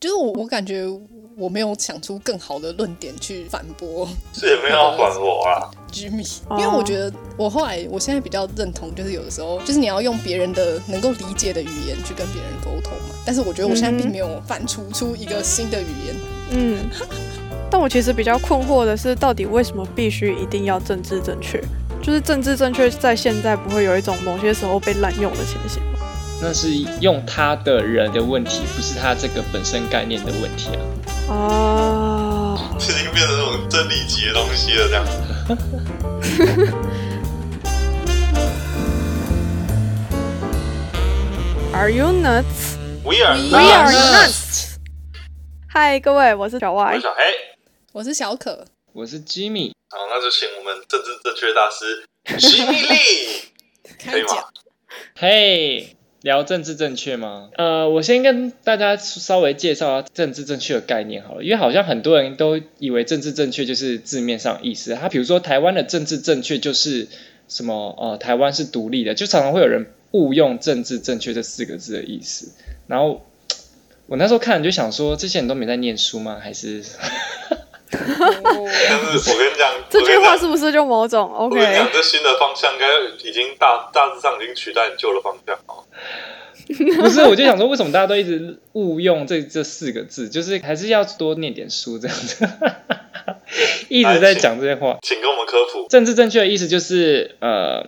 就是我我感觉我没有想出更好的论点去反驳 是也没有要管我 啊。 Jimmy，哦因为我觉得我后来我现在比较认同，就是有的时候就是你要用别人的能够理解的语言去跟别人沟通嘛。但是我觉得我现在嗯哼并没有反刍出一个新的语言，嗯， 但我其实比较困惑的是，到底为什么必须一定要政治正确？就是政治正确在现在不会有一种某些时候被滥用的情形吗？那是用他的人的问题，不是他这个本身概念的问题啊。哦，这已经变成那种真理级的东西了，这样。 Are you nuts? We are We We are not- nuts. 嗨，各位，我是小 Y 我。想，哎，我是小可，我是 Jimmy，好，那就请我们政治正确大师吉米 利，开可以讲吗？嘿、聊政治正确吗？呃，我先跟大家稍微介绍一下政治正确的概念好了，因为好像很多人都以为政治正确就是字面上意思。他比如说台湾的政治正确就是什么呃，台湾是独立的，就常常会有人误用“政治正确”这四个字的意思。然后我那时候看就想说，这些人都没在念书吗？还是但是我跟你讲，这我跟句你话讲是不啊是就某种我跟你 OK？讲，这新的方向应该已经大大致上已经取代你旧的方向哦。不是，我就想说，为什么大家都一直误用这这四个字？就是还是要多念点书这样子， 一直在讲这些话。请跟我们科普，政治正确的意思就是，呃，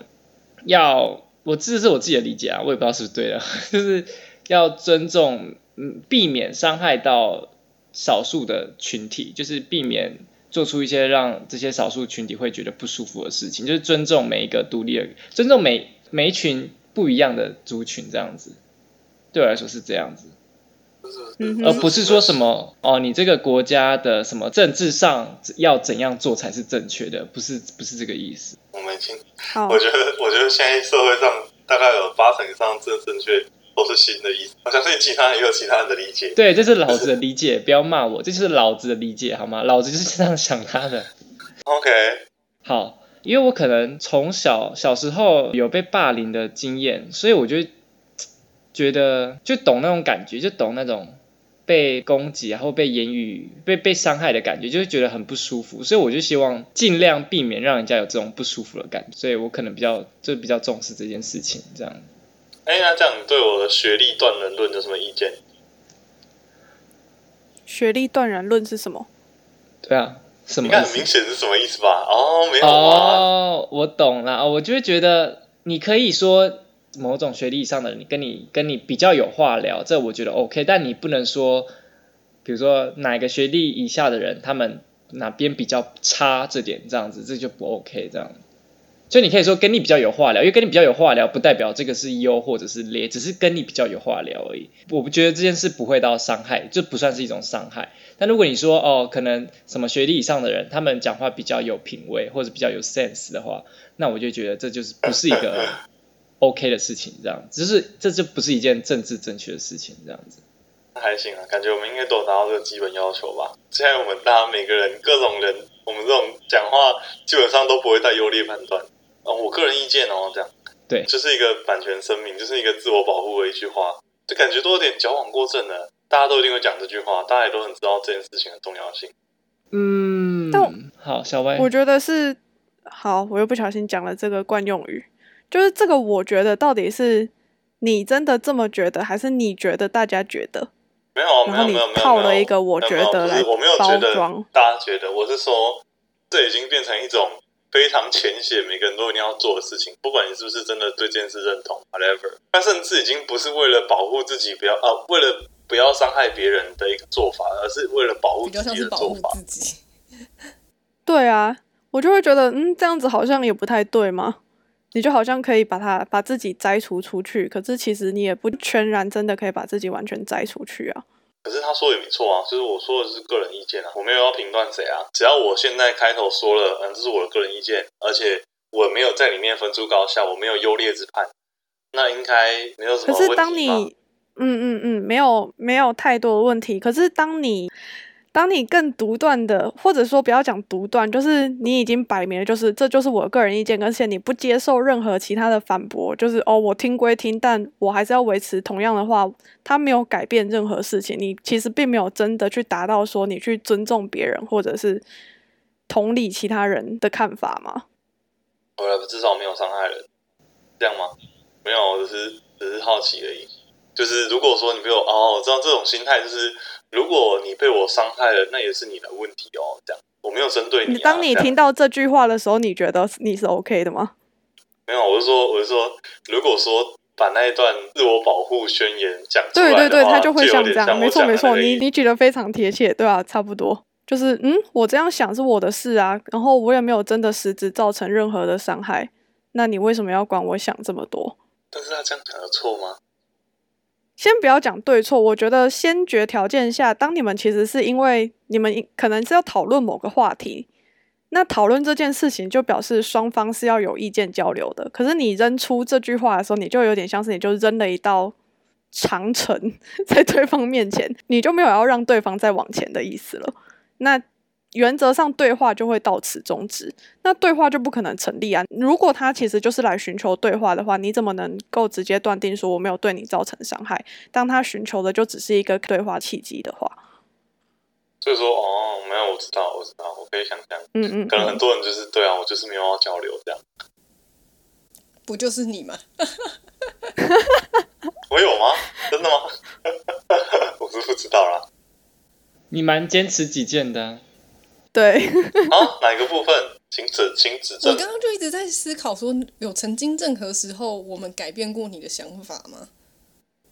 要我这是我自己的理解啊，我也不知道是不是对的， 就是要尊重，嗯，避免伤害到少数的群体，就是避免做出一些让这些少数群体会觉得不舒服的事情，就是尊重每一个独立的，尊重每每一群不一样的族群这样子。对我来说是这样子。嗯而呃哼，不是说什么哦，你这个国家的什么政治上要怎样做才是正确的，不是不是这个意思。我没听。好我，觉得，我觉得现在社会上大概有八成以上政治正确都是新的意思。我相信其他人也有其他人的理解。对，这是老子的理解，不要骂我，这就是老子的理解好吗？老子就是这样想他的。 OK，好，因为我可能从小小时候有被霸凌的经验，所以我就觉得就懂那种感觉，就懂那种被攻击，然后被言语被被伤害的感觉，就是觉得很不舒服。所以我就希望尽量避免让人家有这种不舒服的感觉，所以我可能比较就比较重视这件事情，这样。哎，那这样你对我的学历断人论有什么意见？学历断然论是什么？对啊，什么应该意很思明？显是什么意思吧？哦，没有啊，哦，我懂了，哦我就会觉得你可以说某种学历以上的人，你跟你跟你比较有话聊，这我觉得 OK，但你不能说，比如说哪个学历以下的人，他们哪边比较差，这点这样子，这就不 OK 这样。就你可以说跟你比较有话聊，因为跟你比较有话聊，不代表这个是优或者是劣，只是跟你比较有话聊而已。我不觉得这件事不会到伤害，这不算是一种伤害。但如果你说哦，可能什么学历以上的人，他们讲话比较有品味或者比较有 sense 的话，那我就觉得这就是不是一 个 OK 的事情，这样，只是这就不是一件政治正确的事情，这样子。那还行啊，感觉我们应该都有达到这个基本要求吧。现在我们大家每个人各种人，我们这种讲话基本上都不会带优劣判断。哦，我个人意见哦，这样对就是一个版权声明，就是一个自我保护的一句话，就感觉都有点矫枉过正了。大家都一定会讲这句话，大家也都很知道这件事情的重要性。嗯但我好，小哎歪，我觉得是好，我又不小心讲了这个惯用语，就是这个，我觉得到底是你真的这么觉得，还是你觉得大家觉得？没有啊，没然后有，你没有，没有，套没有了一个我没有觉没有得不是来我没有觉包得装大家觉得，我是说，这已经变成一种非常浅显，每个人都一定要做的事情，不管你是不是真的对这件事认同，whatever，但甚至已经不是为了保护自己，不要啊，为了不要伤害别人的一个做法，而是为了保护比较自像己是的保做护法。自己。对啊，我就会觉得，嗯，这样子好像也不太对嘛。你就好像可以把它把自己摘除出去，可是其实你也不全然真的可以把自己完全摘出去啊。可是他说也没错啊，就是我说的是个人意见啊，我没有要评断谁啊。只要我现在开头说了，嗯，这是我的个人意见，而且我没有在里面分出高下，我没有优劣之判，那应该没有什可么问题吧。是嗯当你，嗯嗯嗯，没有没有太多的问题。可是当你当你更独断的，或者说不要讲独断，就是你已经摆明了，就是这就是我个人意见，而且你不接受任何其他的反驳，就是哦，我听归听，但我还是要维持同样的话，他没有改变任何事情，你其实并没有真的去达到说你去尊重别人，或者是同理其他人的看法嘛？好了，至少没有伤害人，这样吗？没有，啊我只是只是好奇而已。就是如果说你被我哦，我知道这种心态，就是如果你被我伤害了，那也是你的问题哦。这样，我没有针对你、啊。当你这样听到这句话的时候，你觉得你是 OK 的吗？没有，我是说，我是说，如果说把那一段自我保护宣言讲出来对的对对，话他就会有像点这样，像没我错讲的没错，那个你意你举的非常贴切，对啊，差不多，就是嗯，我这样想是我的事啊，然后我也没有真的实质造成任何的伤害，那你为什么要管我想这么多？但是他这样讲有错吗？先不要讲对错，我觉得先决条件下，当你们其实是因为你们可能是要讨论某个话题，那讨论这件事情就表示双方是要有意见交流的。可是你扔出这句话的时候，你就有点像是你就扔了一道长城 在对方面前，你就没有要让对方再往前的意思了。那原则上对话就会到此终止，那对话就不可能成立啊！如果他其实就是来寻求对话的话，你怎么能够直接断定说我没有对你造成伤害？当他寻求的就只是一个对话契机的话，所以说哦，没有，我知道，我知道，我可以想象，嗯嗯可能很嗯，多人就是对啊，我就是没有要交流这样。不就是你吗？我有吗？真的吗？ 我是不知道啦。你蛮坚持己见的啊、对， 啊，哪一个部分？请指，请指我正。刚刚就一直在思考说，有曾经任何时候我们改变过你的想法吗？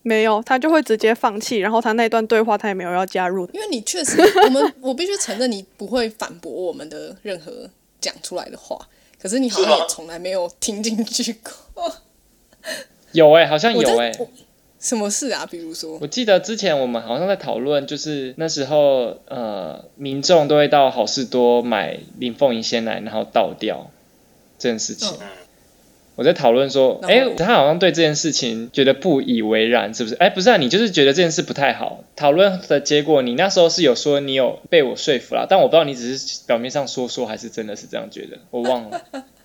没有，他就会直接放弃，然后他那段对话他也没有要加入。因为你确 实，我们我必须承认，你不会反驳我们的任何讲出来的话，可是你好像是吗也从来没有听进去 过。有哎、好像我有哎、欸在我什么事啊？比如说，我记得之前我们好像在讨论，就是那时候呃，民众都会到好事多买林凤营鲜奶，然后倒掉这件事情。嗯我在讨论说，然哎、后他好像对这件事情觉得不以为然，是不是？哎、不是啊，你就是觉得这件事不太好。讨论的结果，你那时候是有说你有被我说服啦，但我不知道你只是表面上说说，还是真的是这样觉得，我忘了，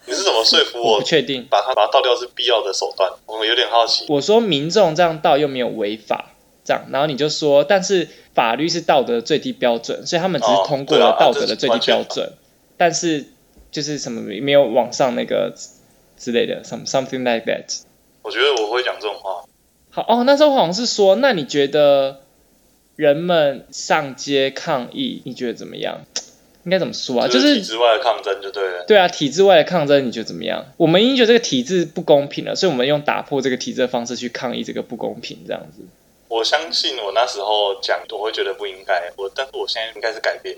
你是怎么说服我我不确定。把它把它倒掉是必要的手段？我有点好奇。我说民众这样倒又没有违法，这样，然后你就说，但是法律是道德最低标准，所以他们只是哦通过对啊了道德的最低这是标完全准，但是就是什么没有往上那个之类的，some something like that。我觉得我会讲这种话。好哦，那时候好像是说，那你觉得人们上街抗议，你觉得怎么样？应该怎么说啊？就就是体是制外的抗争就对了。对啊，体制外的抗争，你觉得怎么样？我们已经觉得这个体制不公平了，所以我们用打破这个体制的方式去抗议这个不公平，这样子。我相信我那时候讲，我会觉得不应该。我，但是我现在应该是改变。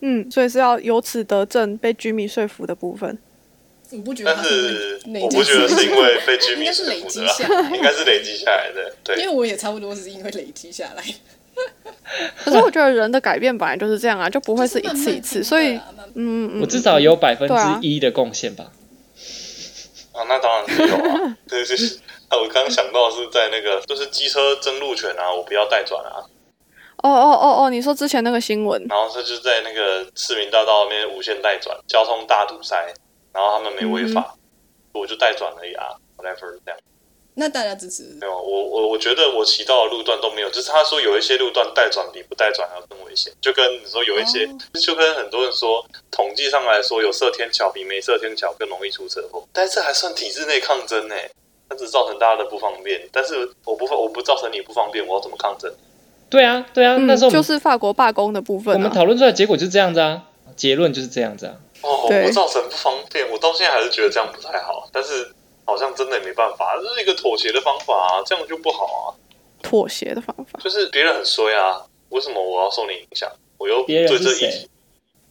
嗯，所以是要由此得证被居民说服的部分。我不觉得但他是因为累我积不觉得是因为被居应民该是制累服积的啦，下来， 应该是累积下来的。对因，为我也差不多是因为累积下来，可是我觉得人的改变本来就是这样啊，就不不会是一次一啊次，所以嗯嗯，我至少有百分对啊之一的贡献吧。啊，那当然是有啊。对，就是啊，我刚刚想到是在那个，就是机车争路权啊，我不要带转啊。哦哦哦哦，你说之前那个新闻，然后他就在那个市民大道那边无限带转，交通大堵塞，然后他们没违嗯法，我就带转而已啊，whatever 这样。啊那大家支持没有，我我我觉得我骑到的路段都没有，就是他说有一些路段带转比不带转还要更危险，就跟你说有一些，哦就跟很多人说，统计上来说有涉天桥比没涉天桥更容易出车祸，但是这还算体制内抗争呢、它只造成大家的不方便，但是我不我不造成你不方便，我要怎么抗争？对啊，对啊，嗯那时候我们、就是法国罢工的部分我们啊，讨论出来的结果就是这样子啊，结论就是这样子啊。哦，对我造成不方便，我到现在还是觉得这样不太好，但是好像真的也没办法，这是一个妥协的方法啊，这样就不好啊。妥协的方法。就是别人很衰啊，为什么我要受你影响？我又别对人这是一谁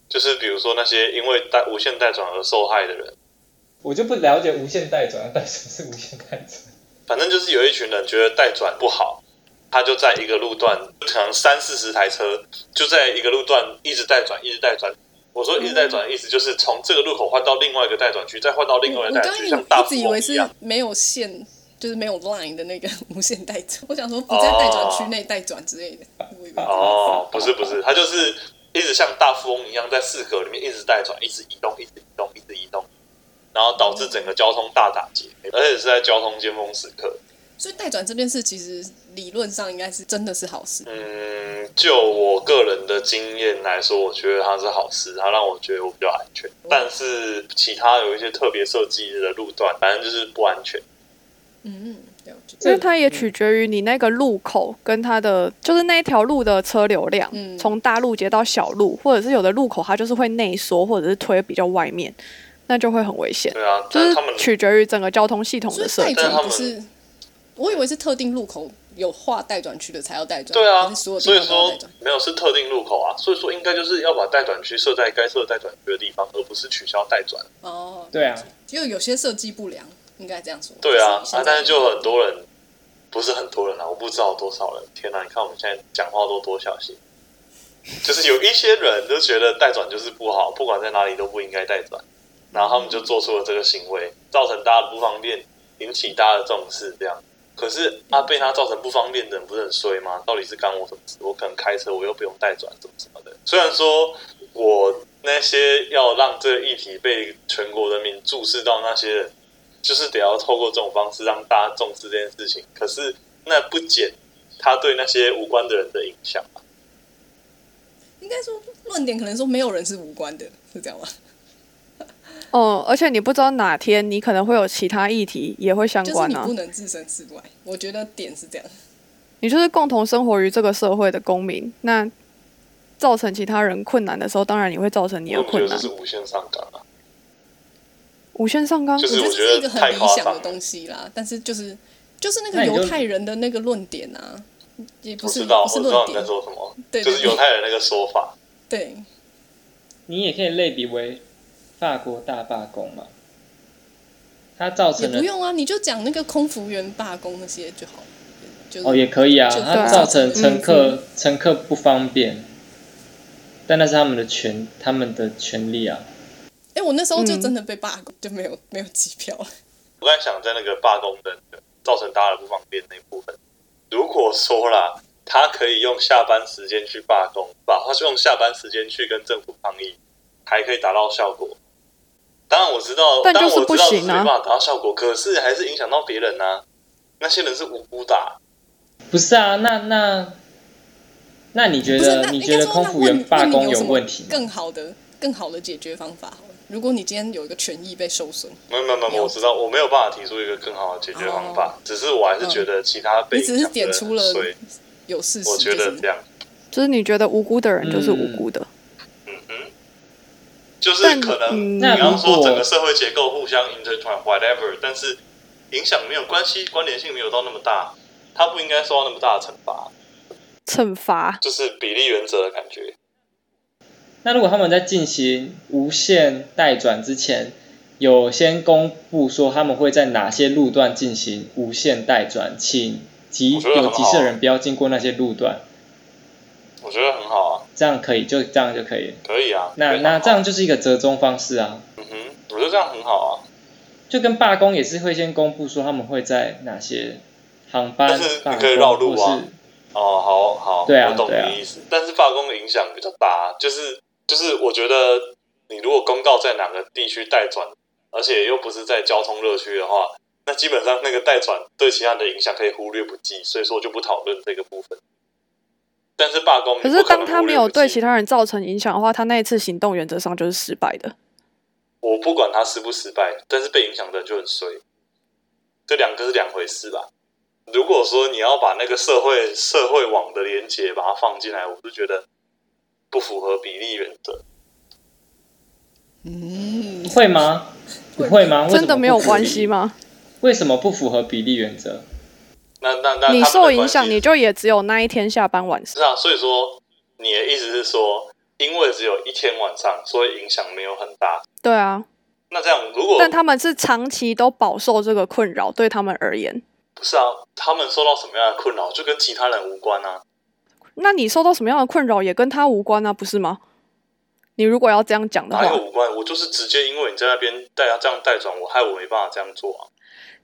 就是比如说那些因为带无限代转而受害的人，我就不了解无限代转，到底什么是无限代转？反正就是有一群人觉得代转不好，他就在一个路段，可能三四十台车就在一个路段一直代转，一直代转。我说一直代转，意思就是从这个路口换到另外一个代转区，再换到另我外嗯我一个刚代转刚区，以像大一富直以为翁一是样。没有线，就是没有 line 的那个无线代转，我想说不在代转区内代转之类的，我以为哦，不是不是，他就是一直像大富翁一样在四格里面一直带转，一直移动，一直移动，一直移动，然后导致整个交通大打结，而且是在交通尖峰时刻。所以代转这件事其实理论上应该是真的是好事，嗯，就我个人的经验来说，我觉得它是好事，它让我觉得我比较安全。但是其他有一些特别设计的路段，反正就是不安全。嗯，了解。因为它也取决于你那个路口跟它的，就是那一条路的车流量，嗯从大路接到小路，或者是有的路口它就是会内缩，或者是推比较外面，那就会很危险。对啊，就但是他们是取决于整个交通系统所的以设代计。但是他转们不是，我以为是特定路口有划代转区的才要代转，对还啊，是所有所以地方都要说代转没有是特定路口啊，所以说应该就是要把待转区设在该设的待转区的地方，而不是取消待转。哦，对啊，就有些设计不良，应该这样说。对啊就，是啊现，在但是就很多人，不是很多人啊，我不知道多少人。天哪、你看我们现在讲话都多小心，就是有一些人就觉得待转就是不好，不管在哪里都不应该待转，然后他们就做出了这个行为，造成大家的不方便，引起大家的重视，这样。可是啊，被他造成不方便的人不是很衰吗？到底是干我什么事？我可能开车，我又不用带转，什么什么的。虽然说我那些要让这个议题被全国人民注视到那些人，就是得要透过这种方式让大家重视这件事情。可是那不减他对那些无关的人的影响啊。应该说论点可能说没有人是无关的，是这样吗？哦、而且你不知道哪天你可能会有其他议题也会相就是关你啊。不能置身事外，我觉得点是这样。你就是共同生活于这个社会的公民，那造成其他人困难的时候，当然你会造成你的我觉困得难这。是无限上纲啊。无限上纲，就是我我这觉是一得个很太理夸想张的了东西啦，但是就是就是那那个你就犹太人的那个论点啊，也不我是知道，不我是知道论你在点，说什么，对就对是犹对太人那个说法。对，你也可以类比为法国大罢工嘛，它造也成了不用啊，你就讲那个空服员罢工那些就好了，就是哦也可以啊，就它对啊造成乘客、嗯乘客不方便，但那是他们的权他们的权利啊。哎、我那时候就嗯真的被罢工，就没有没有机票了。我在想，在那个罢工的那个造成大家的不方便那一部分，如果说啦，他可以用下班时间去罢工，把他用下班时间去跟政府抗议，还可以达到效果。当然我知道，但当然就是我知不道行啊没办法达到效果，可是还是影响到别人啊。那些人是无辜的啊、不是啊，那那那你觉不是，那得你应觉该得说空那服员问罢问工你有什么问题吗？更好的、更好的解决方法好了。如果你今天有一个权益被受损，没有没有没有，我知道我没有办法提出一个更好的解决方法，只是我还是觉得其他被你只影响的是人点出了所以有事实，我觉得就是这样。就是你觉得无辜的人就是无辜的。嗯哼，就是但可能嗯你那刚如说果整个社会结构互相 intertwine whatever，但是影响没有关系，关联性没有到那么大，他不应该受到那么大的惩罚，惩罚，就是比例原则的感觉。那如果他们在进行无限代转之前，有先公布说他们会在哪些路段进行无限代转，请急我觉得很有好急事的人不要经过那些路段，我觉得很好啊，这样可以，就这样就可以了。可以啊。那非常好那这样，就是一个折中方式啊，嗯哼，我觉得这样很好啊。就跟罢工也是会先公布说他们会在哪些航但班是罢你可以绕工，路或啊是哦，好好，对啊我懂你对啊的意思。但是罢工的影响比较大，就是就是我觉得你如果公告在哪个地区待转，而且又不是在交通热区的话，那基本上那个待转对其他人的影响可以忽略不计，所以说我就不讨论这个部分。但是罢工，可你是不当能他忽略没有不计对其他人造成影响的话，他那一次行动原则上就是失败的。我不管他失不失败，但是被影响的人就很衰。这两个是两回事吧？如果说你要把那个社会社会网的连接把它放进来，我是觉得不符合比例原则。嗯，会吗？不会吗？为什真么的没有不符合关系吗？为什么不符合比例原则？那那那他们你的受关影响，系你就也只有那一天下班晚上。是啊。所以说，你的意思是说，因为只有一天晚上，所以影响没有很大。对啊，那这样如果但他们是长期都饱受这个困扰，对他们而言，不是啊，他们受到什么样的困扰，就跟其他人无关啊。那你受到什么样的困扰也跟他无关啊，不是吗？你如果要这样讲的哪话有，无关？我就是直接因为你在那边带他这样带转，我害我没办法这样做啊。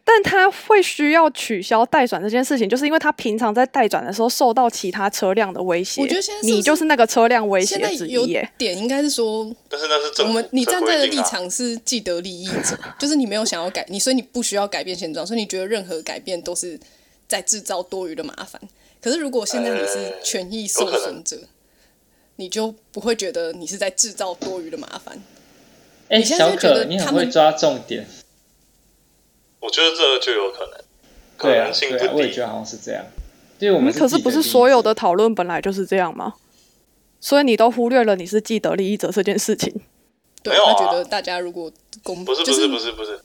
但他会需要取消待转这件事情，就是因为他平常在待转的时候受到其他车辆的威胁。我觉得现在是不是你就是那个车辆威胁现在之一有耶。点应该是说，但是那是我政府们你站在的立政府规定啊，场是既得利益者， 就是你没有想要改，你所以你不需要改变现状，所以你觉得任何改变都是在制造多余的麻烦。可是如果现在你是呃权益有受可能损者，你就不会觉得你是在制造多余的麻烦。哎，你现在小就觉可，得你他很们会抓重点，我觉得这就有可能，可对啊，能性对啊，不我也低觉。得好像是这样。对，我们嗯可是不是所有的讨论本来就是这样吗？所以你都忽略了你是既得利益者这件事情。对、没有啊他觉得大家如果公不是不就是不是不是，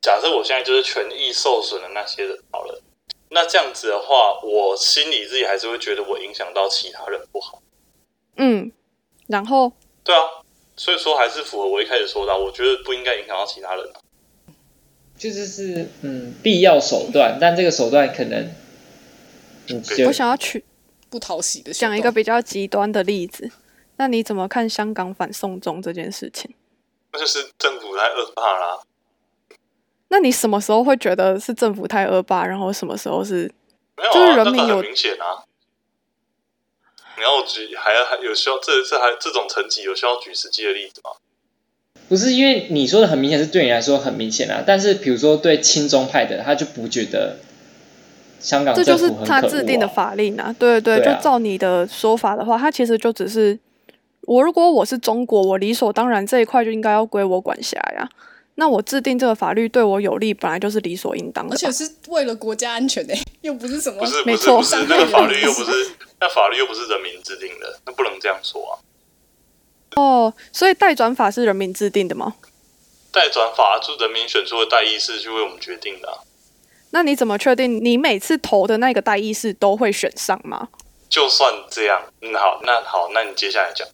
假设我现在就是权益受损的那些人好了，那这样子的话，我心里自己还是会觉得我影响到其他人不好。嗯，然后对啊，所以说还是符合我一开始说的啊，我觉得不应该影响到其他人啊。就是是嗯必要手段，但这个手段可能你就我想要去不讨喜的行讲动一个比较极端的例子，那你怎么看香港反送中这件事情？那就是政府在恶霸啦。那你什么时候会觉得是政府太恶霸，然后什么时候是没有、啊，就是人民那个有很明显啊。你要举还还有需要这这还这种层级有需要举实际的例子吗？不是因为你说的很明显是对你来说很明显啊，但是比如说对亲中派的，他就不觉得香港这政就府是很他可恶制定的啊法令啊，对对对啊就照你的说法的话，他其实就只是我如果我是中国，我理所当然这一块就应该要归我管辖呀。那我制定这个法律对我有利，本来就是理所应当的而吧。且是为了国家安全的、又不是什么不是没不是错不是，那伤害个法律人又不是那法律又不是人民制定的，那不能这样说啊。哦，所以代转法是人民制定的吗？代转法就是人民选出的代议士去为我们决定的啊、那你怎么确定你每次投的那个代议士都会选上吗？就算这样，嗯，好，那好，那你接下来讲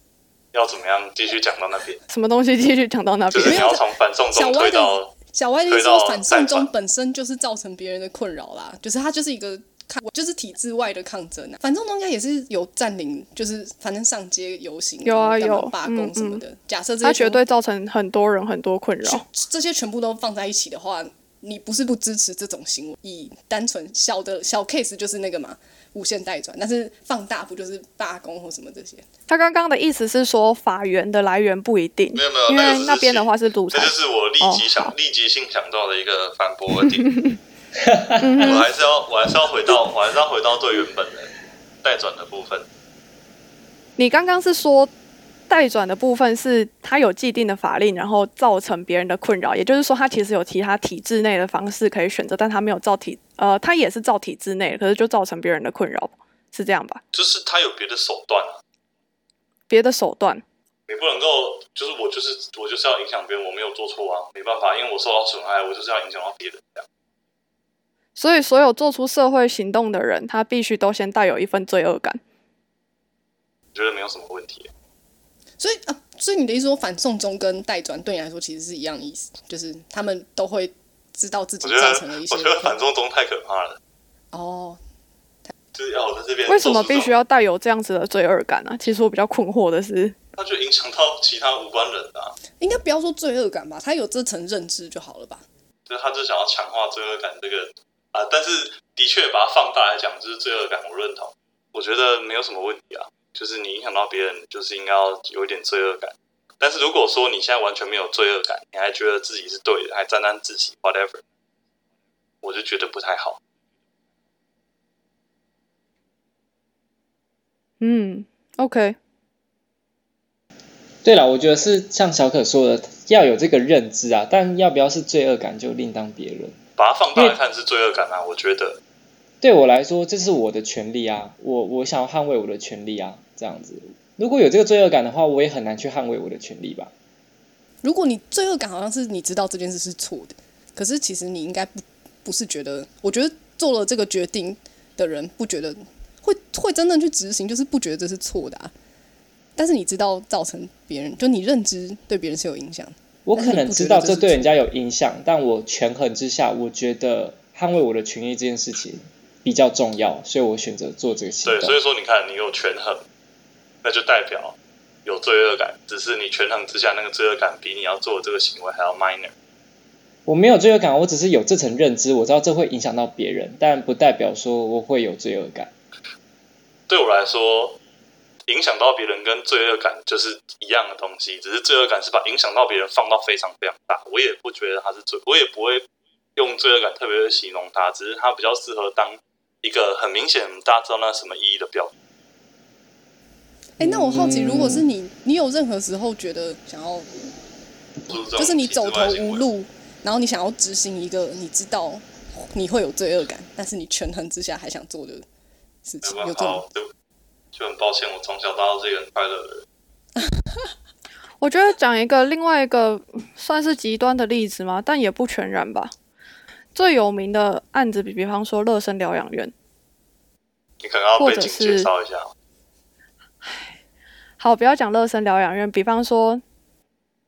要怎么样继续讲到那边？什么东西继续讲到那就是？边你没有要从反送小中歪推到的小歪的意推思说到，反送战中犯本身就是造成别人的困扰啦，就是它就是一个抗，就是体制外的抗争啊。反送中应该也是有占领，就是反正上街游行，有啊然后干嘛有罢嗯工什么的。假设这它些绝全部对造成很多人很多困扰。这些全部都放在一起的话，你不是不支持这种行为？以单纯小的小 case 就是那个嘛，无限代转，但是放大不就是罢工或什么这些？他刚刚的意思是说，法源的来源不一定，没有没有因那个只为是那边的话哦是独这裁就。是我立即想、立即性想到的一个反驳 的点。我还是要我还是要回到我还是要回到最原本的代转的部分。你刚刚是说代转的部分是他有既定的法令，然后造成别人的困扰，也就是说他其实有其他体制内的方式可以选择，但他没有照体呃，他也是照体制内，可是就造成别人的困扰，是这样吧？就是他有别的手段啊，别的手段，你不能够就是我就是我就是要影响别人，我没有做错啊，没办法，因为我受到损害，我就是要影响到别人这样。所以所有做出社会行动的人，他必须都先带有一份罪恶感。我觉得没有什么问题。所以啊，所以你的意思说反送中跟代转对你来说其实是一样的意思，就是他们都会知道自己我觉得造成了一些我觉得反送中太可怕了，哦，就是要我在这边为什么做出这必种须要带有这样子的罪恶感呢、啊其实我比较困惑的是，他就影响到其他无关人啊，应该不要说罪恶感吧，他有这层认知就好了吧？就是他就想要强化罪恶感这个啊，但是的确把它放大来讲，就是罪恶感，我认同，我觉得没有什么问题啊，就是你影响到别人，就是应该要有一点罪恶感。但是如果说你现在完全没有罪恶感，你还觉得自己是对的，还沾沾自喜，whatever，我就觉得不太好。嗯，OK，对了，我觉得是像小可说的，要有这个认知啊，但要不要是罪恶感就另当别论。把它放大来看是罪恶感啊，我觉得对我来说，这是我的权利啊，我我想要捍卫我的权利啊，这样子。如果有这个罪恶感的话，我也很难去捍卫我的权利吧。如果你罪恶感好像是你知道这件事是错的，可是其实你应该不不是觉得，我觉得做了这个决定的人不觉得会会真正去执行，就是不觉得这是错的啊。但是你知道造成别人，就你认知对别人是有影响的。我可能知道这对人家有影响，但我权衡之下，我觉得捍卫我的权益这件事情比较重要，所以我选择做这个行对，所动以。说你看你有权衡，那就代表有罪恶感，只是你权衡之下那个罪恶感比你要做的这个行为还要 minor。我没有罪恶感，我只是有这层认知，我知道这会影响到别人，但不代表说我会有罪恶感。对我来说，影响到别人跟罪恶感就是一样的东西，只是罪恶感是把影响到别人放到非常非常大。我也不觉得他是罪，我也不会用罪恶感特别去形容它，只是它比较适合当一个很明显大家知道那是什么意义的标准。哎、那我好奇，嗯如果是你，你有任何时候觉得想要，就是这种就是你走投奇怪的行无为路，然后你想要执行一个你知道你会有罪恶感，但是你权衡之下还想做的事情，没有有这办种法，就就很抱歉，我从小到大都是一个很快乐的人。我觉得讲一个另外一个嗯算是极端的例子嘛，但也不全然吧。最有名的案子，比比方说乐生疗养院，你可能要或背者景介是绍一下，好，不要讲乐生疗养院，比方说，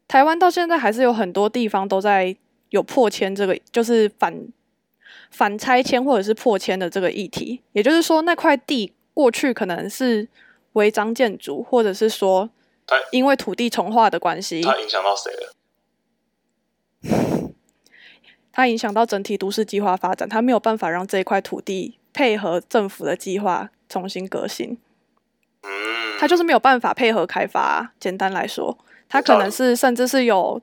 台湾到现在还是有很多地方都在有破迁这个，就是反反拆迁或者是破迁的这个议题。也就是说，那块地过去可能是违章建筑，或者是说它因为土地重划的关系，它影响到谁了？它影响到整体都市计划发展，它没有办法让这一块土地配合政府的计划重新革新。嗯，他就是没有办法配合开发啊、简单来说，他可能是甚至是有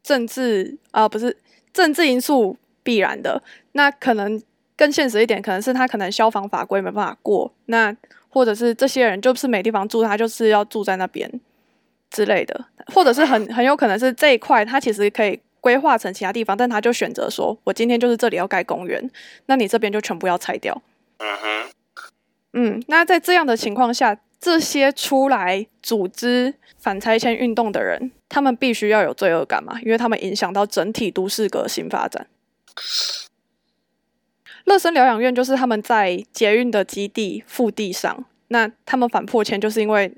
政治啊、不是政治因素必然的。那可能更现实一点，可能是他可能消防法规没办法过，那或者是这些人就是没地方住，他就是要住在那边之类的，或者是很很有可能是这一块他其实可以。规划成其他地方，但他就选择说：“我今天就是这里要盖公园，那你这边就全部要拆掉。”嗯哼，嗯，那在这样的情况下，这些出来组织反拆迁运动的人，他们必须要有罪恶感嘛，因为他们影响到整体都市革新发展。乐生疗养院就是他们在捷运的基地腹地上，那他们反破迁就是因为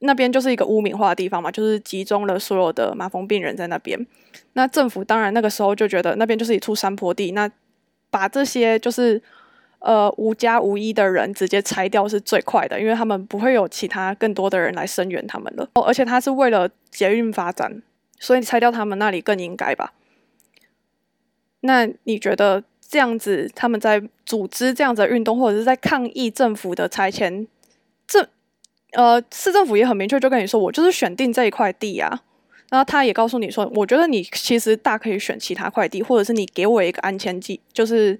那边就是一个污名化的地方嘛，就是集中了所有的麻风病人在那边。那政府当然那个时候就觉得那边就是一处山坡地，那把这些就是呃无家无依的人直接拆掉是最快的，因为他们不会有其他更多的人来声援他们了。哦而且他是为了捷运发展，所以拆掉他们那里更应该吧？那你觉得这样子他们在组织这样子的运动，或者是在抗议政府的拆迁，这呃市政府也很明确就跟你说，我就是选定这一块地啊。然后他也告诉你说，我觉得你其实大可以选其他块地，或者是你给我一个安迁计，就是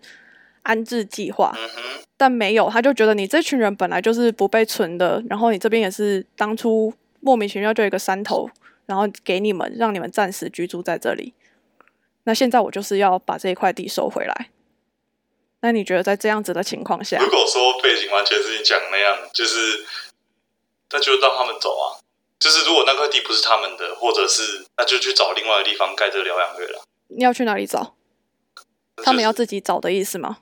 安置计划。嗯哼，但没有，他就觉得你这群人本来就是不被存的，然后你这边也是当初莫名其妙就有一个山头，然后给你们让你们暂时居住在这里。那现在我就是要把这一块地收回来。那你觉得在这样子的情况下，如果说背景完全是你讲那样，就是那就让他们走啊。就是如果那块地不是他们的，或者是那就去找另外的地方盖这个疗养院了。你要去哪里找？那就是他们要自己找的意思吗？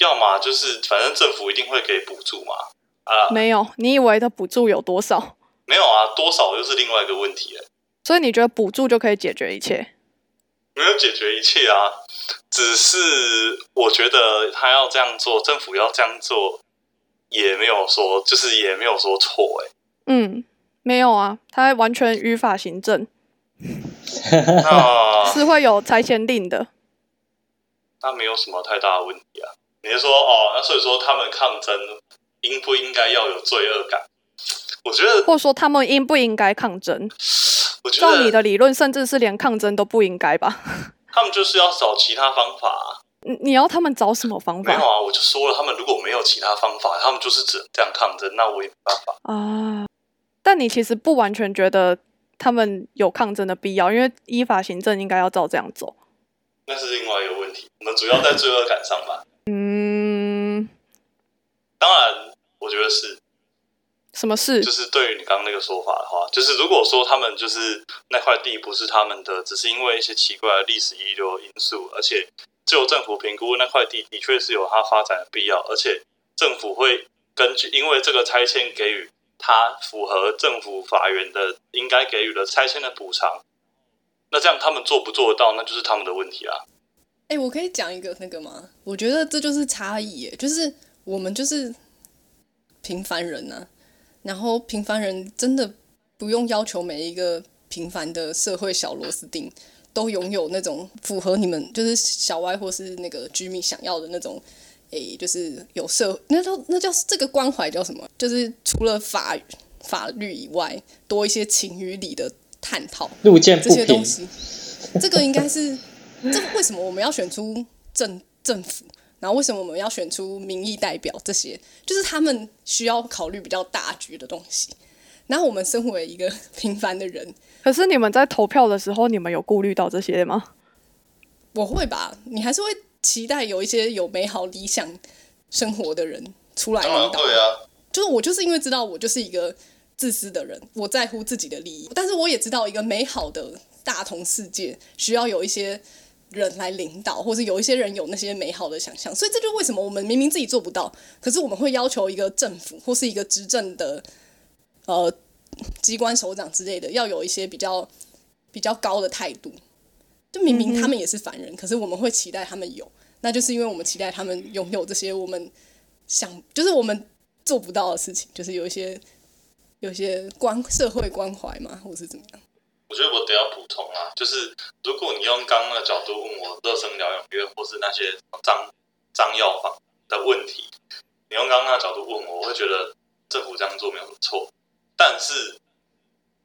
要么就是反正政府一定会给补助嘛。啊，没有，你以为的补助有多少？没有啊，多少又是另外一个问题了。所以你觉得补助就可以解决一切？没有解决一切啊，只是我觉得他要这样做，政府要这样做，也没有说，就是也没有说错 哎、嗯，没有啊，他完全语法行政，那是会有拆迁令的。那没有什么太大的问题啊。你是说哦，那所以说他们抗争应不应该要有罪恶感？我觉得，或者说他们应不应该抗争？我觉照你得的理论，甚至是连抗争都不应该吧？ 他们就是要找其他方法、啊。你你要他们找什么方没有法啊，我就说了，他们如果没有其他方法，他们就是只能这样抗争，那我也没办法。啊？但你其实不完全觉得他们有抗争的必要，因为依法行政应该要照这样走。那是另外一个问题，我们主要在罪恶感上吧。嗯，当然，我觉得是。什么事就？是对于你刚刚那个说法的话，就是如果说他们就是那块地不是他们的，只是因为一些奇怪的历史遗留因素，而且就政府评估那块地的确是有它发展的必要，而且政府会根据因为这个拆迁给予它符合政府法源的应该给予的拆迁的补偿。那这样他们做不做得到，那就是他们的问题啊。哎、我可以讲一个那个吗？我觉得这就是差异耶，就是我们就是平凡人呐、然后平凡人真的不用要求每一个平凡的社会小螺丝钉都拥有那种符合你们就是小歪或是那个居民想要的那种，诶、就是有社那叫那叫这个关怀叫什么？就是除了法法律以外，多一些情与理的探讨路见这不些东平，西。这个应该是这为什么我们要选出政政府，然后为什么我们要选出民意代表这些，就是他们需要考虑比较大局的东西。然后我们身为一个平凡的人，可是你们在投票的时候，你们有顾虑到这些吗？我会吧，你还是会期待有一些有美好理想生活的人出来当然哦领导。会啊，就是我就是因为知道我就是一个自私的人，我在乎自己的利益，但是我也知道一个美好的大同世界需要有一些人来领导，或是有一些人有那些美好的想象。所以这就是为什么我们明明自己做不到，可是我们会要求一个政府或是一个执政的呃机关首长之类的，要有一些比较比较高的态度。就明明他们也是凡人，可是我们会期待他们有，那就是因为我们期待他们拥有这些我们想，就是我们做不到的事情，就是有一些有一些关社会关怀嘛，或是怎么样。我觉得我得要补充啊，就是如果你用刚刚那个角度问我热身疗养院或是那些脏脏药房的问题，你用刚刚那个角度问我，我会觉得政府这样做没有什么错。但是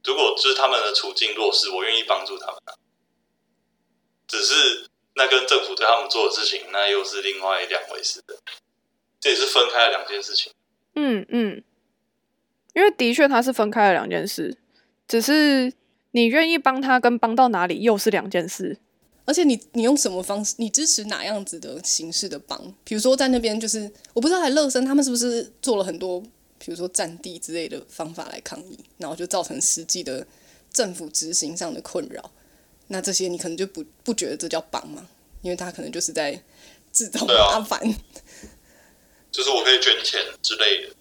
如果就是他们的处境弱势，我愿意帮助他们啊。只是那跟政府对他们做的事情，那又是另外两回事的，这也是分开的两件事情。嗯嗯，因为的确它是分开了两件事，只是你愿意帮他跟帮到哪里又是两件事。而且你你用什么方式，你支持哪样子的形式的帮？比如说在那边就是，我不知道还乐生他们是不是做了很多，比如说占地之类的方法来抗议，然后就造成实际的政府执行上的困扰。那这些你可能就不不觉得这叫帮嘛，因为他可能就是在制造对啊麻烦。就是我可以捐钱之类的，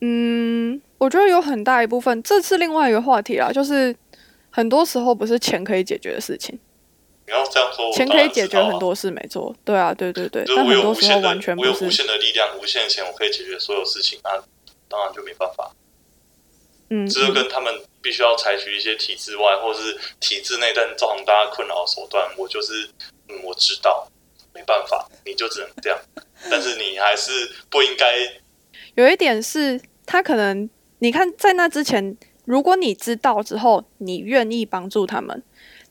嗯，我觉得有很大一部分，这是另外一个话题啦，就是很多时候不是钱可以解决的事情，你要这样说，我钱当可以然解知决道啊很多事，没错。对啊，对对对，就是但我很有多无时候限的完全，不我有无是。限的力量，无限的钱，我可以解决所有事情，那当然就没办法。嗯，这就嗯跟他们必须要采取一些体制外或是体制内但造成大家困扰的手段，我就是嗯，我知道没办法，你就只能这样，但是你还是不应该有一点是他可能，你看在那之前，如果你知道之后，你愿意帮助他们。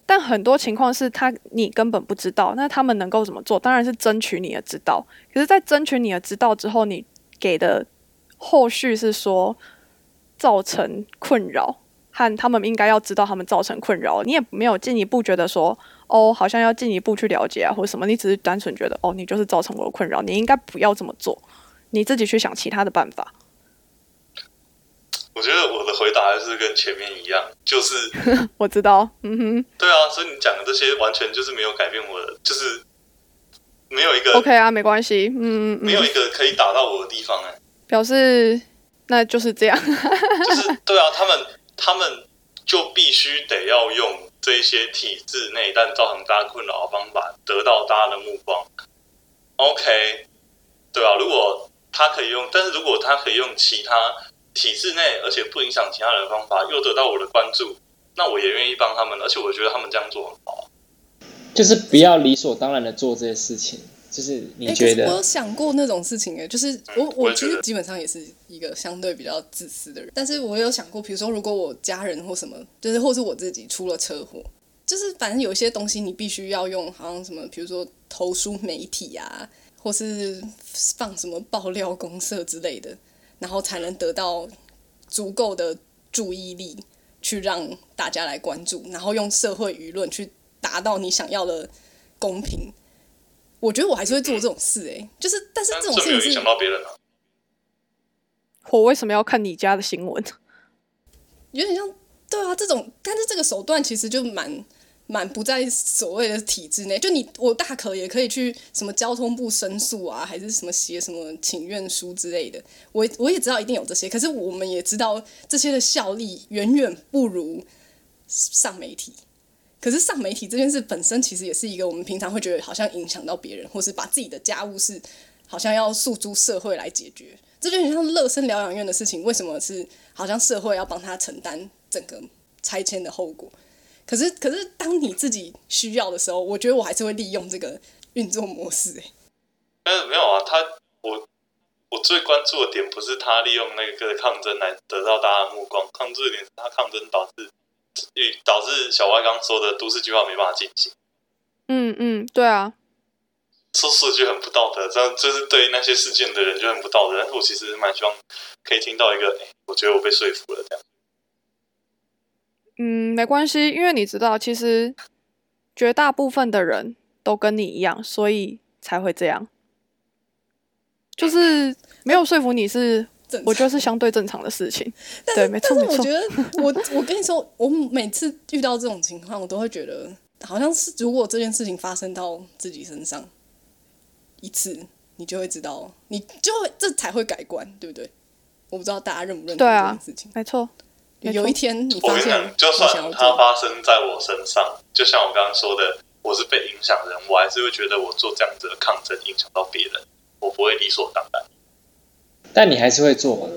但很多情况是他你根本不知道，那他们能够怎么做？当然是争取你的知道。可是，在争取你的知道之后，你给的后续是说造成困扰，和他们应该要知道他们造成困扰，你也没有进一步觉得说哦，好像要进一步去了解啊，或者什么。你只是单纯觉得哦，你就是造成我的困扰，你应该不要这么做，你自己去想其他的办法。我觉得我的回答还是跟前面一样，就是我知道，嗯对啊，所以你讲的这些完全就是没有改变我的，就是没有一个哼，OK 啊，没关系，嗯嗯没有嗯，一个可以打到我的地方哎、表示那就是这样， 就是对啊，他们他们就必须得要用这一些体制内但造成大家困扰的方法，得到大家的目光。OK，对啊，如果他可以用，但是如果他可以用其他体制内而且不影响其他人的方法，又得到我的关注，那我也愿意帮他们，而且我觉得他们这样做很好。就是不要理所当然的做这些事情。就是你欸可觉是我得有想过那种事情哎、就是我我我也其觉实得基本上也是一个相对比较自私的人，但是我有想过，比如说如果我家人或什么，就是或是我自己出了车祸，就是反正有一些东西你必须要用，好像什么，比如说投书媒体啊，或是放什么爆料公社之类的，然后才能得到足够的注意力，去让大家来关注，然后用社会舆论去达到你想要的公平。我觉得我还是会做这种事、欸，就是，但是但这这种没有事影情是响，到别人啊。我为什么要看你家的新闻？有点像，对啊，这种，但是这个手段其实就蛮蛮不在所谓的体制内，就你我大可也可以去什么交通部申诉啊，还是什么写什么请愿书之类的，我我也知道一定有这些，可是我们也知道这些的效力远远不如上媒体。可是上媒体这件事本身其实也是一个我们平常会觉得好像影响到别人，或是把自己的家务事好像要诉诸社会来解决，这就很像乐生疗养院的事情，为什么是好像社会要帮他承担整个拆迁的后果？可是可是当你自己需要的时候，我觉得我还是会利用这个运作模式、欸。但是没有啊，他我我最关注的点不是他利用那个抗争来得到大家的目光，抗争的点是他抗争导致与导致小歪刚说的都市计划没办法进行，嗯嗯，对啊，说说句很不道德，这样就是对那些事件的人就很不道德。但是我其实蛮希望可以听到一个，哎、我觉得我被说服了这样。嗯，没关系，因为你知道，其实绝大部分的人都跟你一样，所以才会这样。就是没有说服你是，正常我觉得是相对正常的事情。但对，是没但错是没我错觉。得我我跟你说，我每次遇到这种情况，我都会觉得好像是如果这件事情发生到自己身上一次，你就会知道，你就会这才会改观，对不对？我不知道大家认不认同这对啊件事情。没错，没错有一天你我发跟你现讲，就你想算要它做，发生在我身上，就像我刚刚说的，我是被影响的人，我还是会觉得我做这样子的抗争影响到别人，我不会理所当然，但你还是会做嘛。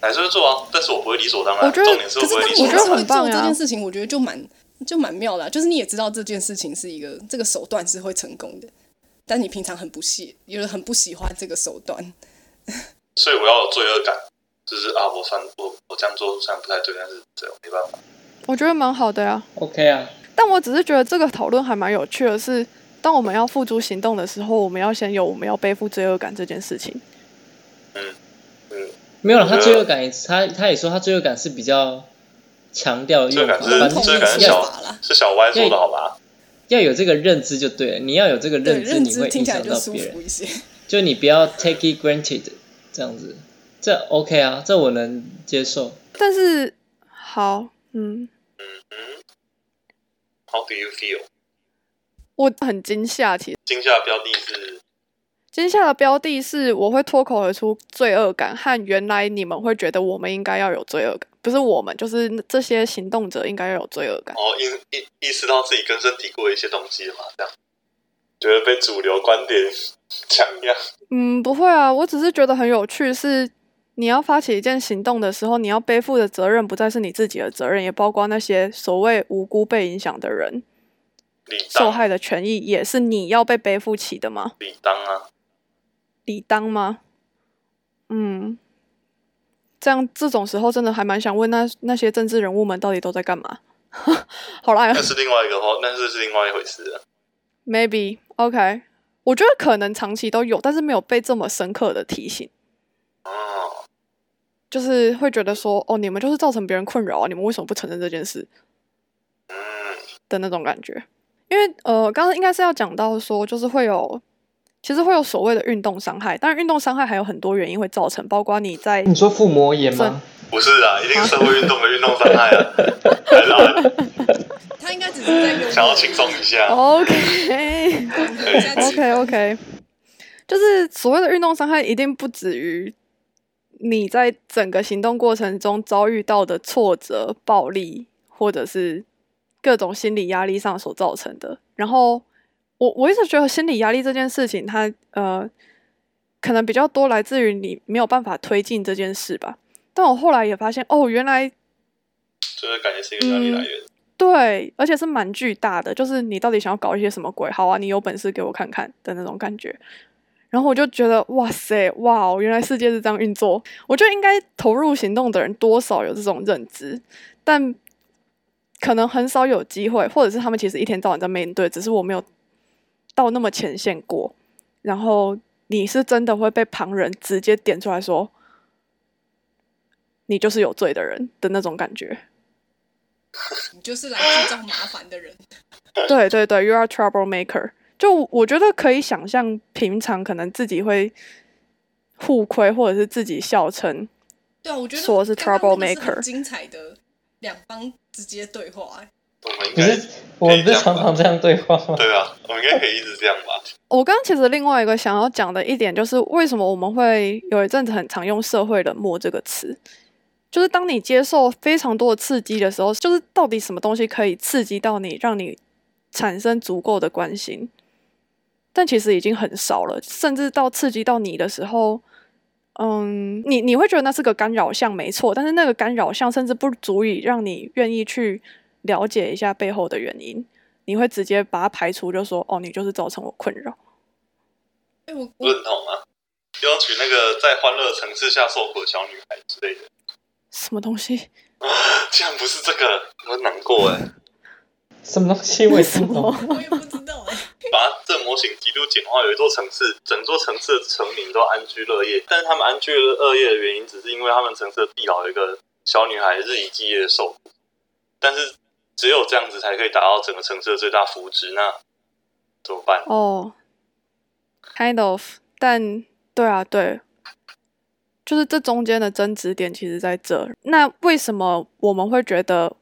还是会做啊，但是我不会理所当然。我觉得重点是可是我不当你会理所还是会做当然。我觉得很棒这啊件事情，我觉得就蛮就蛮妙的啊、就是你也知道这件事情是一个这个手段是会成功的，但你平常很不屑，有人很不喜欢这个手段。所以我要有罪恶感，就是啊，我反我我这样做虽然不太对，但是对我没办法。我觉得蛮好的呀、 OK 啊，但我只是觉得这个讨论还蛮有趣的是，当我们要付诸行动的时候，我们要先有我们要背负罪恶感这件事情。嗯，没有了。他我觉罪得恶感也，他他也说他罪恶感是比较强调罪恶用法，感是认反同罪恶的感是说小法啦，是小歪说的好吧？要有这个认知就对了。你要有这个对，认知，认你知会听影起来响就到舒别人服。一些。就你不要 take it granted 这样子，这 OK 啊，这我能接受。但是，好，嗯， How do you feel？我很惊吓，其实惊吓标的是惊吓的标的是我会脱口而出罪恶感和原来你们会觉得我们应该要有罪恶感，不是我们，就是这些行动者应该要有罪恶感。哦，意意意识到自己根深蒂固的一些东西了嘛，这样觉得被主流观点 抢样。嗯，不会啊，我只是觉得很有趣是。你要发起一件行动的时候，你要背负的责任不再是你自己的责任，也包括那些所谓无辜被影响的人。理受当害的权益也是你要被背负起的吗？理当啊，理当吗？嗯，这样这种时候真的还蛮想问那那些政治人物们到底都在干嘛？ 好啦那是另外一个话，那是是另外一回事了。 ，maybe OK，我觉得可能长期都有，但是没有被这么深刻的提醒，哦，就是会觉得说，哦，你们就是造成别人困扰啊，你们为什么不承认这件事？嗯，的那种感觉。因为呃，刚刚应该是要讲到说，就是会有，其实会有所谓的运动伤害，但运动伤害还有很多原因会造成，包括你在你说腹膜炎吗？不是啊，一定社会运动的运动伤害啊， 来啦，他应该只是在用想要轻松一下，啊 OK 一下气 OK 氛 OK，就是所谓的运动伤害一定不止于你在整个行动过程中遭遇到的挫折、暴力，或者是各种心理压力上所造成的。然后我我一直觉得心理压力这件事情它，呃可能比较多来自于你没有办法推进这件事吧。但我后来也发现，哦，原来就是感觉是一个压力来源。对，而且是蛮巨大的，就是你到底想要搞一些什么鬼？好啊，你有本事给我看看的那种感觉。然后我就觉得，哇塞，哇哦，原来世界是这样运作。我觉得应该投入行动的人多少有这种认知，但可能很少有机会，或者是他们其实一天到晚在面对，只是我没有到那么前线过。然后你是真的会被旁人直接点出来说，你就是有罪的人的那种感觉。你就是来制造麻烦的人。 对对对，You are trouble maker。就我觉得可以想象，平常可能自己会互亏，或者是自己笑称。对啊，我觉得说我是刚刚那个 troublemaker 是很精彩的两方直接对话、欸，我们应不该是，我们不是常常这样对话吗？对啊，我们应该可以一直这样吧？我刚刚其实另外一个想要讲的一点就是，为什么我们会有一阵子很常用“社会冷漠”这个词？就是当你接受非常多的刺激的时候，就是到底什么东西可以刺激到你，让你产生足够的关心？但其实已经很少了，甚至到刺激到你的时候，嗯，你你会觉得那是个干扰项，没错，但是那个干扰项甚至不足以让你愿意去了解一下背后的原因，你会直接把它排除，就说哦，你就是造成我困扰。哎、我我认同啊，要娶那个在欢乐层次下受苦的小女孩之类的。 什么东西？竟然不是这个，我很难过哎。什么东西？我也什不懂。么？我也不知道哎、把这模型极度简化，有一座城市，整座城市的城民都安居乐业，但是他们安居乐业的原因，只是因为他们城市的地老有一个小女孩日以继夜的受苦，但是只有这样子才可以达到整个城市的最大福祉，那怎么办？哦、k i n d of，但对啊，对，就是这中间的争执点其实在这。那为什么我们会觉得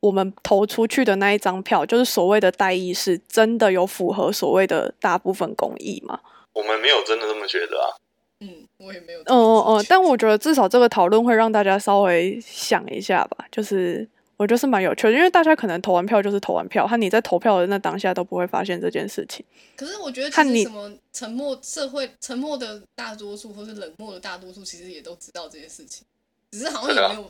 我们投出去的那一张票，就是所谓的代议是真的有符合所谓的大部分公益吗？我们没有真的这么觉得啊，嗯，我也没有。嗯嗯嗯，但我觉得至少这个讨论会让大家稍微想一下吧，就是。我觉得是蛮有趣的，因为大家可能投完票就是投完票，和你在投票的那当下都不会发现这件事情。可是我觉得，其看实你什么沉默社会、沉默的大多数，或是冷漠的大多数，其实也都知道这些事情，只是好像对啊也没有，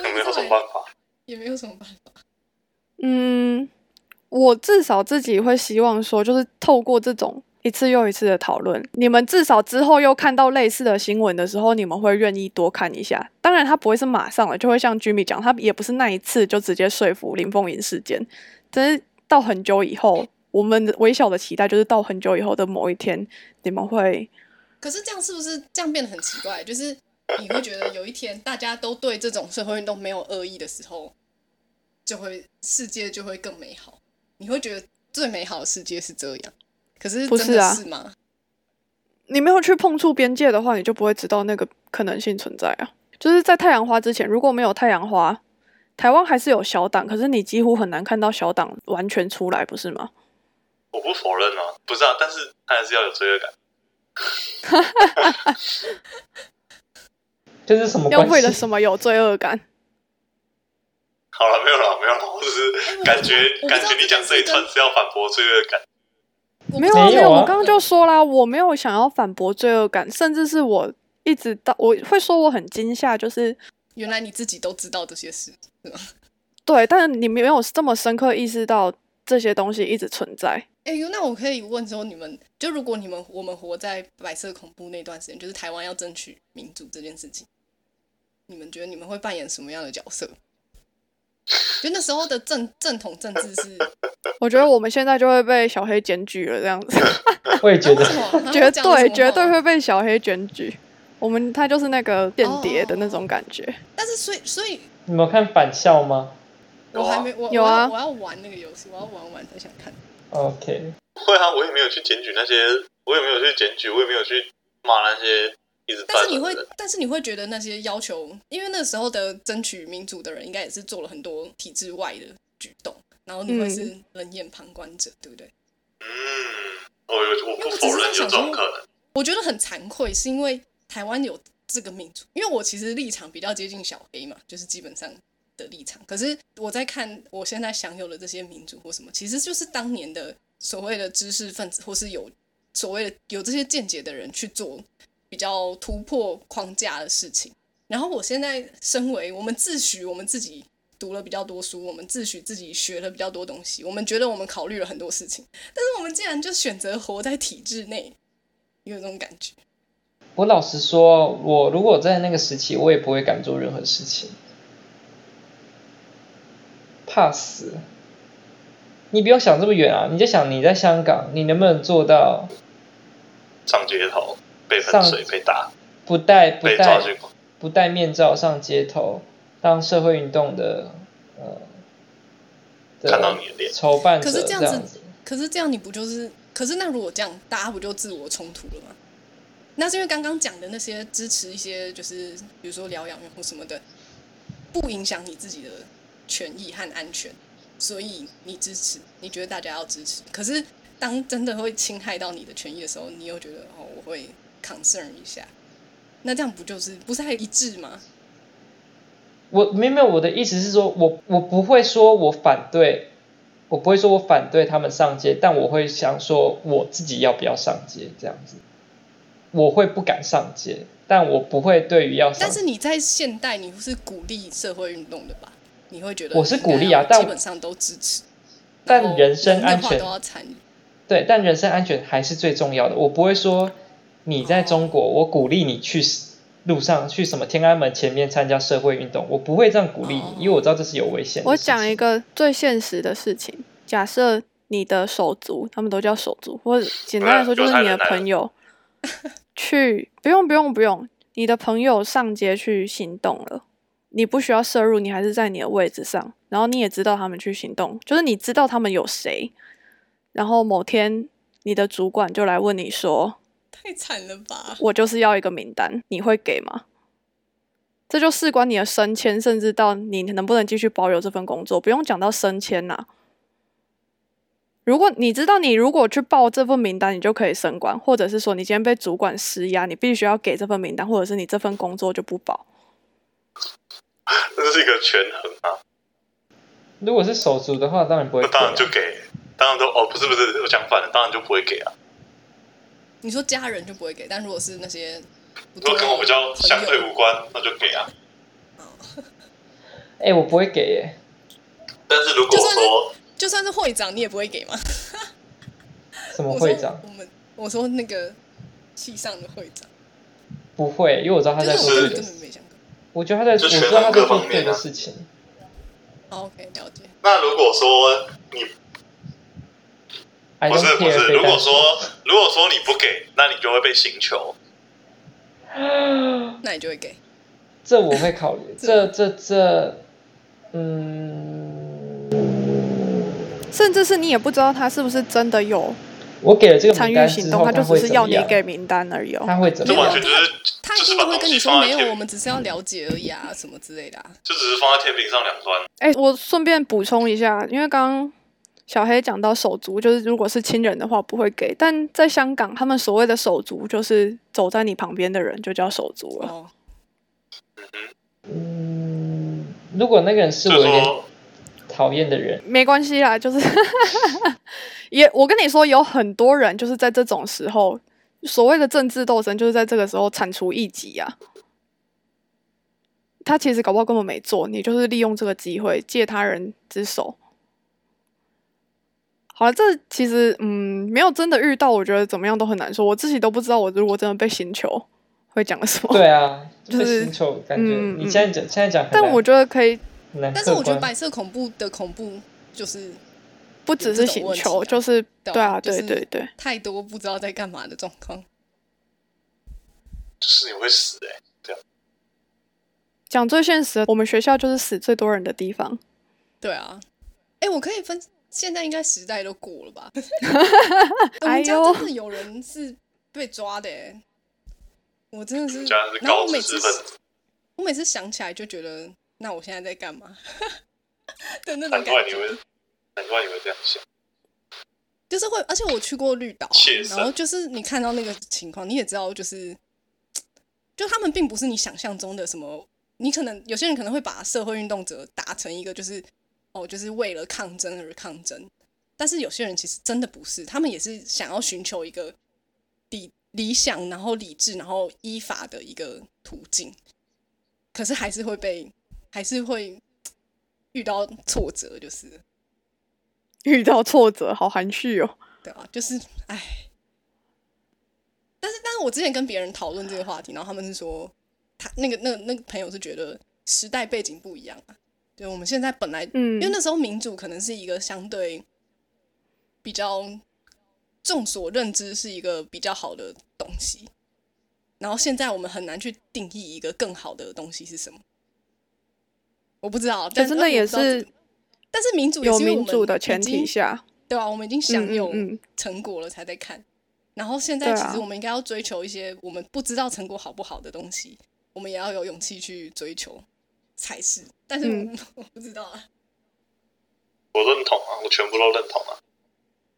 我也能不没知道有什么欸办法。也没有什么办法。嗯，我至少自己会希望说，就是透过这种一次又一次的讨论，你们至少之后又看到类似的新闻的时候，你们会愿意多看一下。当然，他不会是马上了，就会像 Jimmy 讲，他也不是那一次就直接说服林凤营事件，但是到很久以后，我们的微小的期待就是到很久以后的某一天，你们会可是这样是不是这样变得很奇怪？就是你会觉得有一天大家都对这种社会运动没有恶意的时候，就会世界就会更美好。你会觉得最美好的世界是这样，可是不真是的啊是吗？你没有去碰触边界的话，你就不会知道那个可能性存在啊。就是在太阳花之前，如果没有太阳花，台湾还是有小党，可是你几乎很难看到小党完全出来，不是吗？我不否认啊，不是啊，但是他还是要有罪恶感。这是什么要关系？为了什么有罪恶感？好了，没有了，没有了，我只哎是我感觉我不知道感觉你讲这一这件段事是要反驳罪恶感，我不没知有道啊，没没有有，啊我刚刚就说啦，我没有想要反驳罪恶感，甚至是我一直到我会说我很惊吓，就是原来你自己都知道这些事，是吗？对，但你没有这么深刻意识到这些东西一直存在。哎、呦，那我可以问说，你们就如果你们我们活在白色恐怖那段时间，就是台湾要争取民主这件事情，你们觉得你们会扮演什么样的角色？就那时候的正正统政治 是，啊我觉得我们现在就会被小黑检举了，这样子。我也觉为得什么？ 绝啊我讲了什对么绝对话会被小黑检举。我们他就是那个间谍哦的那种感觉。但是所以所以，你们有看返校吗我还没我有啊我要我要玩那个游戏，我要玩完才想看。 ？OK，会啊，我也没有去检举那些，我也没有去检举，我也没有去骂那些一直但是站着你的会呃人。，但是你会觉得那些要求，因为那时候的争取民主的人，应该也是做了很多体制外的举动，然后你会嗯是冷眼旁观者，对不对？嗯，我有因我为不我只否是认在有想这种说可能。我觉得很惭愧，是因为台湾有这个民主，因为我其实立场比较接近小黑嘛，就是基本上的立场。可是我在看我现在享有的这些民主或什么，其实就是当年的所谓的知识分子或是有所谓的有这些见解的人去做比较突破框架的事情。然后我现在身为我们自诩我们自己读了比较多书，我们自诩自己学了比较多东西，我们觉得我们考虑了很多事情，但是我们竟然就选择活在体制内，有这种感觉。我老实说，我如果在那个时期，我也不会敢做任何事情，怕死。你不用想这么远啊，你就想你在香港，你能不能做到上街头被喷水、上被打、不戴不被抓戴去不戴面罩上街头，当社会运动的呃的看到你的脸筹办者可是这这样样子子可是这样你不就是？可是那如果这样，大家不就自我冲突了吗？那是因为刚刚讲的那些支持一些，就是比如说疗养院或什么的，不影响你自己的权益和安全，所以你支持，你觉得大家要支持。可是当真的会侵害到你的权益的时候，你又觉得哦，我会 concern 一下。那这样不就是不是还一致吗？我没有没有，我的意思是说，我我不会说我反对，我不会说我反对他们上街，但我会想说我自己要不要上街这样子，我会不敢上街，但我不会对于要上但，是你在现代，你是鼓励社会运动的吧？你会觉得我是鼓励啊应该要但基本上都支持。但然后人身能的安话全都要参与，对，但人身安全还是最重要的。我不会说你在中国，我鼓励你去 s- 路上去什么天安门前面参加社会运动，我不会这样鼓励哦你，因为我知道这是有危险的我事情讲一个最现实的事情，假设你的手足，他们都叫手足， 或者简单来说就是你的朋友，去不用不用不用，你的朋友上街去行动了，你不需要摄入，你还是在你的位置上，然后你也知道他们去行动，就是你知道他们有谁，然后某天你的主管就来问你说，太惨了吧？我就是要一个名单，你会给吗？这就事关你的升迁，甚至到你能不能继续保有这份工作，不用讲到升迁啦、如果你知道你如果去报这份名单，你就可以升官，或者是说你今天被主管施压，你必须要给这份名单，或者是你这份工作就不保。这是一个权衡啊。如果是手足的话，当然不会那给啊、当然就给，当然都哦，不是不是，我讲反了，当然就不会给啊。你说家人就不会给，但如果是那些不如果跟我比较朋友相对无关，那就给啊。哎、我不会给耶、但是如果就算是说就算是会长，你也不会给吗？什么我会说长我们我说那个系上的会长，不会，因为我知道他在就是做我对根本的根事本，没想过。我觉得他在，我就知权道他衡在各做方对面的啊事情。好，OK，了哦解。那如果说你 I 不 don't 是不 care 是，被如果担心说如果说你不给，那你就会被刑求。那你就会给。这我会 考虑，这这这，嗯，甚至是你也不知道他是不是真的有我给了这个参名与单行之动，后，他就会只是怎么要你样给名单而已哦。他会怎这么没有完全？样就是他一就是定把会东跟你西说放在没有，天我，们只是要了解而已啊，什么之类的、啊。就只是放在天平上两端。哎、我顺便补充一下，因为刚刚小黑讲到手足，就是如果是亲人的话不会给，但在香港，他们所谓的手足就是走在你旁边的人就叫手足了。哦，嗯，如果那个人是就我是有点说，讨厌的人，没关系啦，就是也我跟你说，有很多人就是在这种时候，所谓的政治斗争，就是在这个时候铲除异己啊。他其实搞不好根本没做，你就是利用这个机会借他人之手。好了，这其实嗯，没有真的遇到，我觉得怎么样都很难说。我自己都不知道，我如果真的被刑求，会讲了什么。对啊， 就被是星球感觉嗯你现在讲现在讲很但难，我觉得可以很难但是我客觉得观白色恐怖的恐怖就是不只是刑有求，这种问题啊就是对啊对啊，就对是对对，太多不知道在干嘛的状况。就是你会死哎、讲最现实的，我们学校就是死最多人的地方。 对啊，哎，我可以分，现在应该时代都过了 吧？我哎们家呦真的有人是被抓的、欸，我真的是你家是。然后高我每知次识分子，我每次想起来就觉得，那我现在在干嘛 的那种感难怪你觉会。，难怪你会这样想。就是会，而且我去过绿岛啊切，身然后就是你看到那个情况，你也知道，就是就他们并不是你想象中的什么，你可能有些人可能会把社会运动者打成一个就是哦，就是为了抗争而抗争，但是有些人其实真的不是，他们也是想要寻求一个理理想，然后理智，然后依法的一个途径，可是还是会被，还是会遇到挫折，就是了。遇到挫折，好含蓄哦。对啊，就是唉。但是，但是我之前跟别人讨论这个话题，然后他们是说，他那个那个那个朋友是觉得时代背景不一样啊。对，我们现在本来，嗯因为那时候民主可能是一个相对比较众所认知是一个比较好的东西，然后现在我们很难去定义一个更好的东西是什么。我不知道，但真的也而且我不知道是这个但是民主也有是因为我民们主的已前提经下，对啊，我们已经享有嗯嗯嗯成果了才在看。然后现在对其啊实我们应该要追求一些我们不知道成果好不好的东西，我们也要有勇气去追求才是。但是我,、嗯 我不知道啊，我认同啊，我全部都认同啊。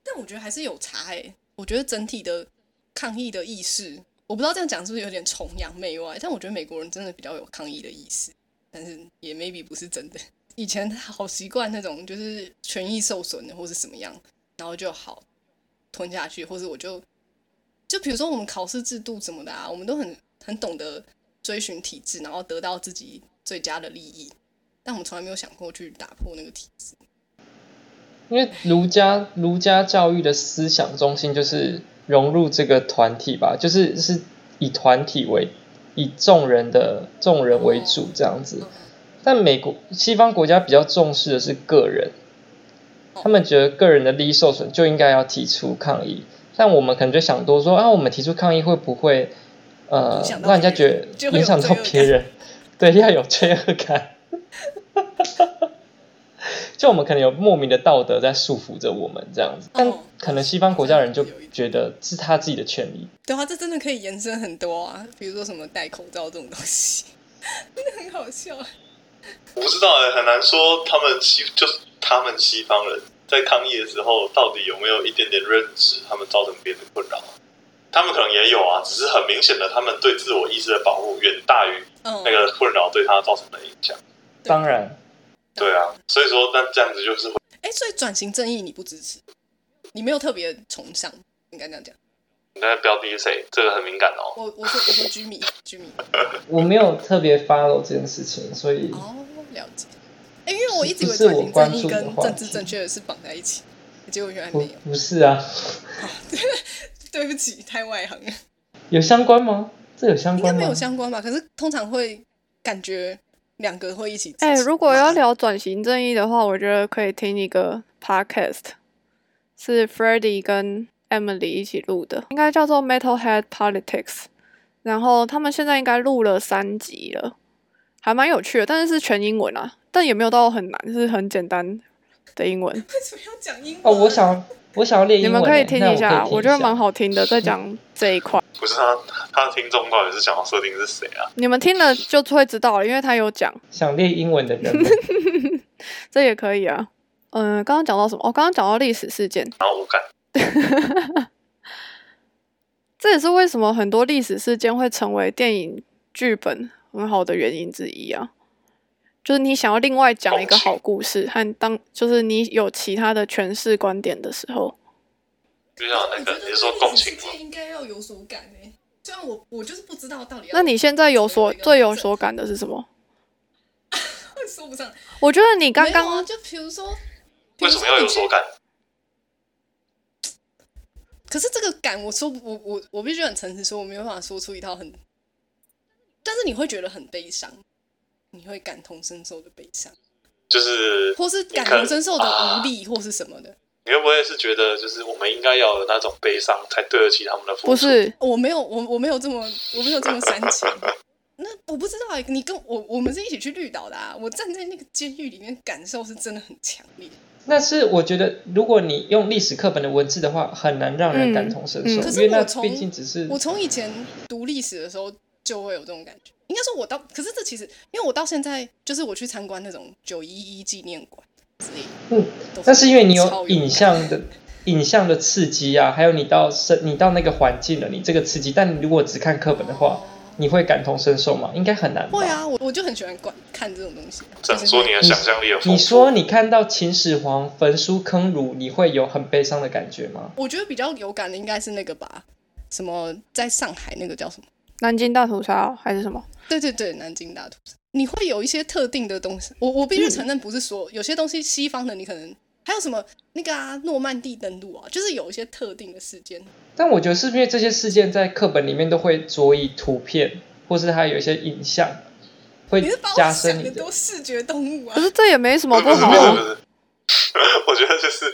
但我觉得还是有差哎、我觉得整体的抗议的意识，我不知道这样讲是不是有点崇洋媚外，但我觉得美国人真的比较有抗议的意识，但是也 maybe 不是真的。以前好习惯那种就是权益受损的或是什么样，然后就好吞下去，或者我就就比如说我们考试制度什么的啊，我们都很很懂得追寻体制，然后得到自己最佳的利益。但我们从来没有想过去打破那个体制。因为儒家儒家教育的思想中心就是融入这个团体吧，就是是以团体为以众人的众人为主这样嗯子。但美国西方国家比较重视的是个人，哦他们觉得个人的利益受损就应该要提出抗议。但我们可能就想多说啊，我们提出抗议会不会呃影响到让人家别觉人就得会有影响到别人？ 对，要有罪恶感。就我们可能有莫名的道德在束缚着我们这样子，但嗯哦可能西方国家人就有一点觉得是他自己的权利，对啊，这真的可以延伸很多啊，比如说什么戴口罩这种东西， 真的很好笑。我不知道哎、很难说他们西就是他们西方人在抗议的时候，到底有没有一点点认知，他们造成别人的困扰啊？他们可能也有啊，只是很明显的，他们对自我意识的保护远大于嗯，那个困扰对他造成的影响。对当然对啊，所以说那这样子就是会哎，所以转型正义你不支持，你没有特别崇尚，应该这样讲。你在标的是谁？这个很敏感哦。我我说我说居民 居民我没有特别 follow 这件事情，所以哦，了解。哎，因为我一直以为是不转是我型正关义注的跟话政治题正确是绑在一起，结果原来不没有。不是啊， 对不起，太外行了，有相关吗？这有相应该关没吗有？相关吧？可是通常会感觉两个会一起支持。哎、如果要聊转型正义的话，我觉得可以听一个 podcast，是 f r e d d y 跟 Emily 一起录的，应该叫做 Metalhead Politics。然后他们现在应该录了三集了，还蛮有趣的，但是是全英文啊，但也没有到很难，是很简单的英文。为什么要讲英文？哦，我想我想要练你英文们欸，可以听那一我下，可以我觉得蛮好听的，在讲这一块。不是他，他的听众到底是想要设定是谁啊？你们听了就会知道了，因为他有讲。想练英文的 人们，这也可以啊。嗯，刚刚讲到什么？哦，刚刚讲到历史事件，然后无感，这也是为什么很多历史事件会成为电影剧本很好的原因之一啊。就是你想要另外讲一个好故事，和当就是你有其他的诠释观点的时候，就像那哦你个觉得你是说共情这个世吗界？应该要有所感哎、虽然我我就是不知道到底要那你现在有所这个最有所感的是什么？说不上。我觉得你刚没有啊刚就比如说，比为如什说么要有你去所感？可是这个感，我说不我我我必须很诚实说，我没有办法说出一套很，但是你会觉得很悲伤，你会感同身受的悲伤，就是或是感你可同身受的啊无力，或是什么的。你会不会是觉得，就是我们应该要有那种悲伤，才对得起他们的付出？不是我没有，我我没有这么，我没有这么煽情。那我不知道、欸，你跟我我们是一起去绿岛的、啊，我站在那个监狱里面，感受是真的很强烈。那是我觉得如果你用历史课本的文字的话，很难让人感同身嗯受，嗯可是因为我那从毕竟只是我从以前读历史的时候就会有这种感觉，应该说我到，可是这其实因为我到现在就是我去参观那种九一一纪念馆之类的，嗯都，但是因为你超有有影像的影像的刺激啊，还有你到身你到那个环境了，你这个刺激，但你如果只看课本的话，你会感同身受吗？应该很难吧会。啊，我我就很喜欢观看这种东西啊，只能说你的想象力有丰富。你说你看到秦始皇焚书坑儒，你会有很悲伤的感觉吗？我觉得比较有感的应该是那个吧，什么在上海那个叫什么？南京大屠杀哦还是什么？对对对，南京大屠杀，你会有一些特定的东西。我我必须承认，不是嗯说、有些东西西方的你可能还有什么那个啊诺曼底登陆啊，就是有一些特定的事件。但我觉得是因为这些事件在课本里面都会佐以图片，或是它有一些影像，会你是把加我深想你的的都视觉动物啊可！是这也没什么不不是好不是不啊。是， 我觉得就是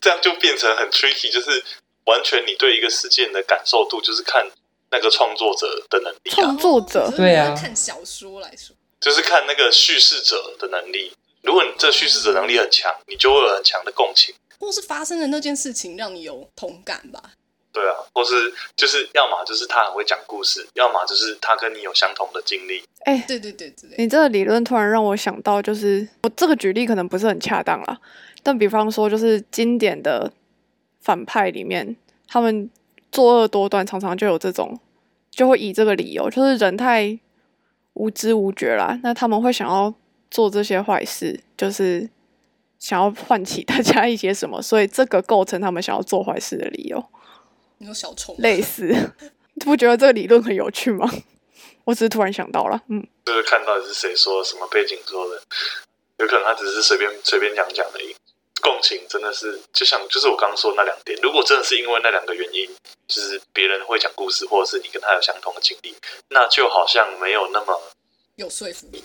这样就变成很 tricky，就是完全你对一个事件的感受度，就是看那个创作者的能力啊创，作者哦对啊看小说来说，就是看那个叙事者的能力。如果你这叙事者能力很强，你就会有很强的共情，或是发生的那件事情让你有同感吧。对啊，或是就是要么就是他很会讲故事，要么就是他跟你有相同的经历。哎，对对对，之类的。你这个理论突然让我想到，就是我这个举例可能不是很恰当啦，但比方说，就是经典的反派里面，他们作恶多端，常常就有这种，就会以这个理由，就是人太无知无觉啦，那他们会想要做这些坏事，就是想要唤起 大家一些什么，所以这个构成他们想要做坏事的理由，你说小丑吗 类似，不觉得这个理论很有趣吗？ 我只是突然想到了，嗯，就是看到底是谁说什么背景说的，有可能他只是随便随便讲讲而已。共情真的是就像就是我刚刚说的那两点，如果真的是因为那两个原因，就是别人会讲故事，或者是你跟他有相同的经历，那就好像没有那么有说服力。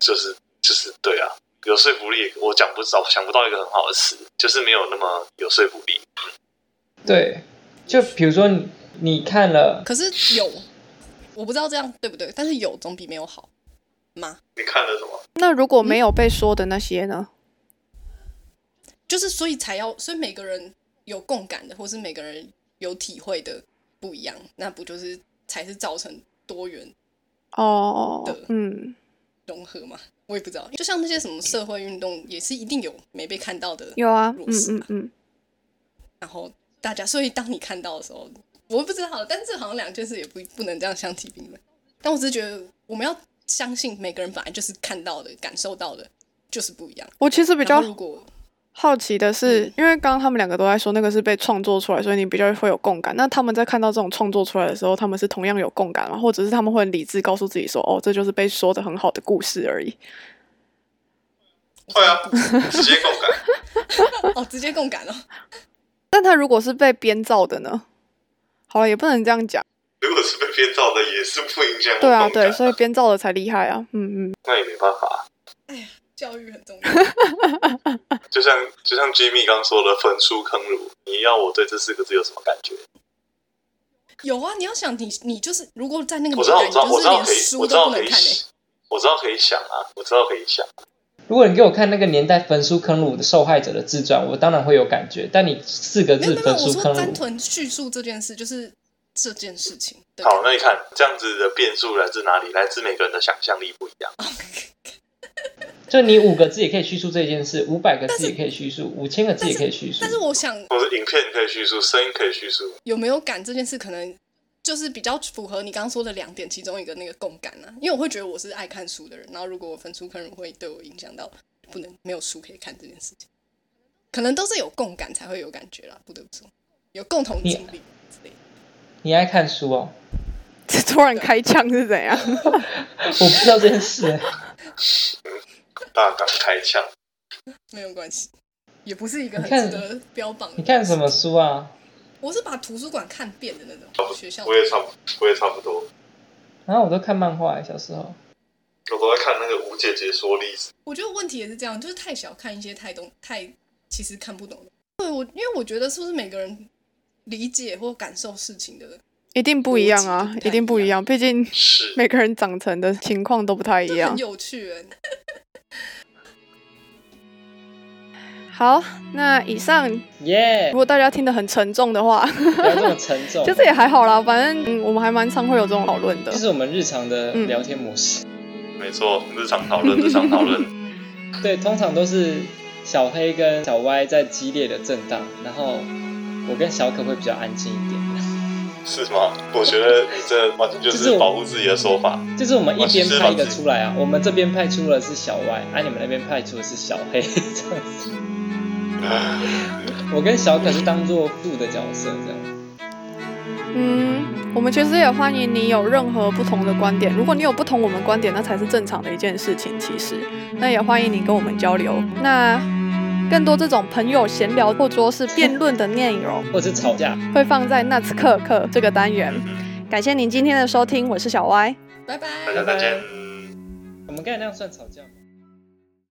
就是就是对啊，有说服力，我讲不着想不到一个很好的词，就是没有那么有说服力。对，就比如说你你看了，可是有，我不知道这样对不对，但是有总比没有好吗？你看了什么？那如果嗯没有被说的那些呢？就是所以才要，所以每个人有共感的，或是每个人有体会的不一样，那不就是才是造成多元哦的，嗯，融合吗？我也不知道，就像那些什么社会运动，也是一定有没被看到的有啊，弱嗯势嗯吧嗯，然后大家，所以当你看到的时候，我不知道，但是好像两件事也不不能这样相提并论。但我只是觉得我们要相信每个人本来就是看到的、感受到的，就是不一样。我其实比然较后如果好奇的是嗯，因为刚刚他们两个都在说那个是被创作出来，所以你比较会有共感。那他们在看到这种创作出来的时候，他们是同样有共感吗？或者是他们会理智告诉自己说，哦，这就是被说的很好的故事而已？会啊，直接共感。 哦，直接共感哦，但他如果是被编造的呢？好了，也不能这样讲。如果是被编造的，也是不影响我对啊，共感对，所以编造的才厉害啊。嗯嗯， 那也没办法。教育很重要。就像就像 Jimmy 刚说的，焚书坑儒，你要我对这四个字有什么感觉？有啊，你要想你你就是如果在那个我年知道，代，我你知道，就我是连书知道可以，我知都道不可能以看诶、欸想，我知道可以想啊，我知道可以想。如果你给我看那个年代焚书坑儒的受害者的自传，我当然会有感觉。但你四个没有字没有没有，焚书我说坑单儒，纯叙述这件事，就是这件事情的好，感那你看这样子的变数来自哪里？来自每个人的想象力不一样。觉。就你五个字也可以叙述这件事，五百个字也可以叙述，五千个字也可以叙述但。是我想，或是影片可以叙述，声音可以叙述，有没有感这件事，可能就是比较符合你刚刚说的两点其中一个那个共感啊。因为我会觉得我是爱看书的人，然后如果我分出，可能会对我影响到不能没有书可以看这件事情，可能都是有共感才会有感觉啦，不得不说有共同经历之类的。你爱看书哦，这突然开枪是怎 样？我不知道这件事、 欸大胆开枪。没有关系，也不是一个很你看值得标榜的。你看什么？书啊？我是把图书馆看遍的那种学校。我也差不，我也差不多。然后我都看漫画、欸，小时候。我都在看那个吴姐姐说历史，我觉得问题也是这样，就是太小看一些太东太其实看不懂的。对我，因为我觉得是不是每个人理解或感受事情的一定不一样啊逻辑不，太一定不一一样样。毕竟是 每个人长成的情况都不太一就样很。有趣欸。好，那以上耶哎如、果大家听得很沉重的话，不要这么沉 重。其实也还好啦，反正、嗯我们还蛮常会有这种讨论的这。是我们日常的嗯聊天模式。没错，日常讨论，日常讨论。 对，通常都是小黑跟小歪在激烈的震荡，然后我跟小可会比较安静一点。是吗？我觉得你这完全就就是是我保护自己的说法。就是我们一边派一个出来啊，我们这边派出的是小歪，啊，你们那边派出的是小黑，这样子。我跟小可是当做副的角色这样。嗯，我们其实也欢迎你有任何不同的观点。如果你有不同我们观点，那才是正常的一件事情。其实，那也欢迎你跟我们交流。那更多这种朋友闲聊或说是辩论的内容，或是吵架，会放在那次克克这个单元。感谢您今天的收听，我是小歪。拜拜大。家再见。我们刚才那样算吵架吗？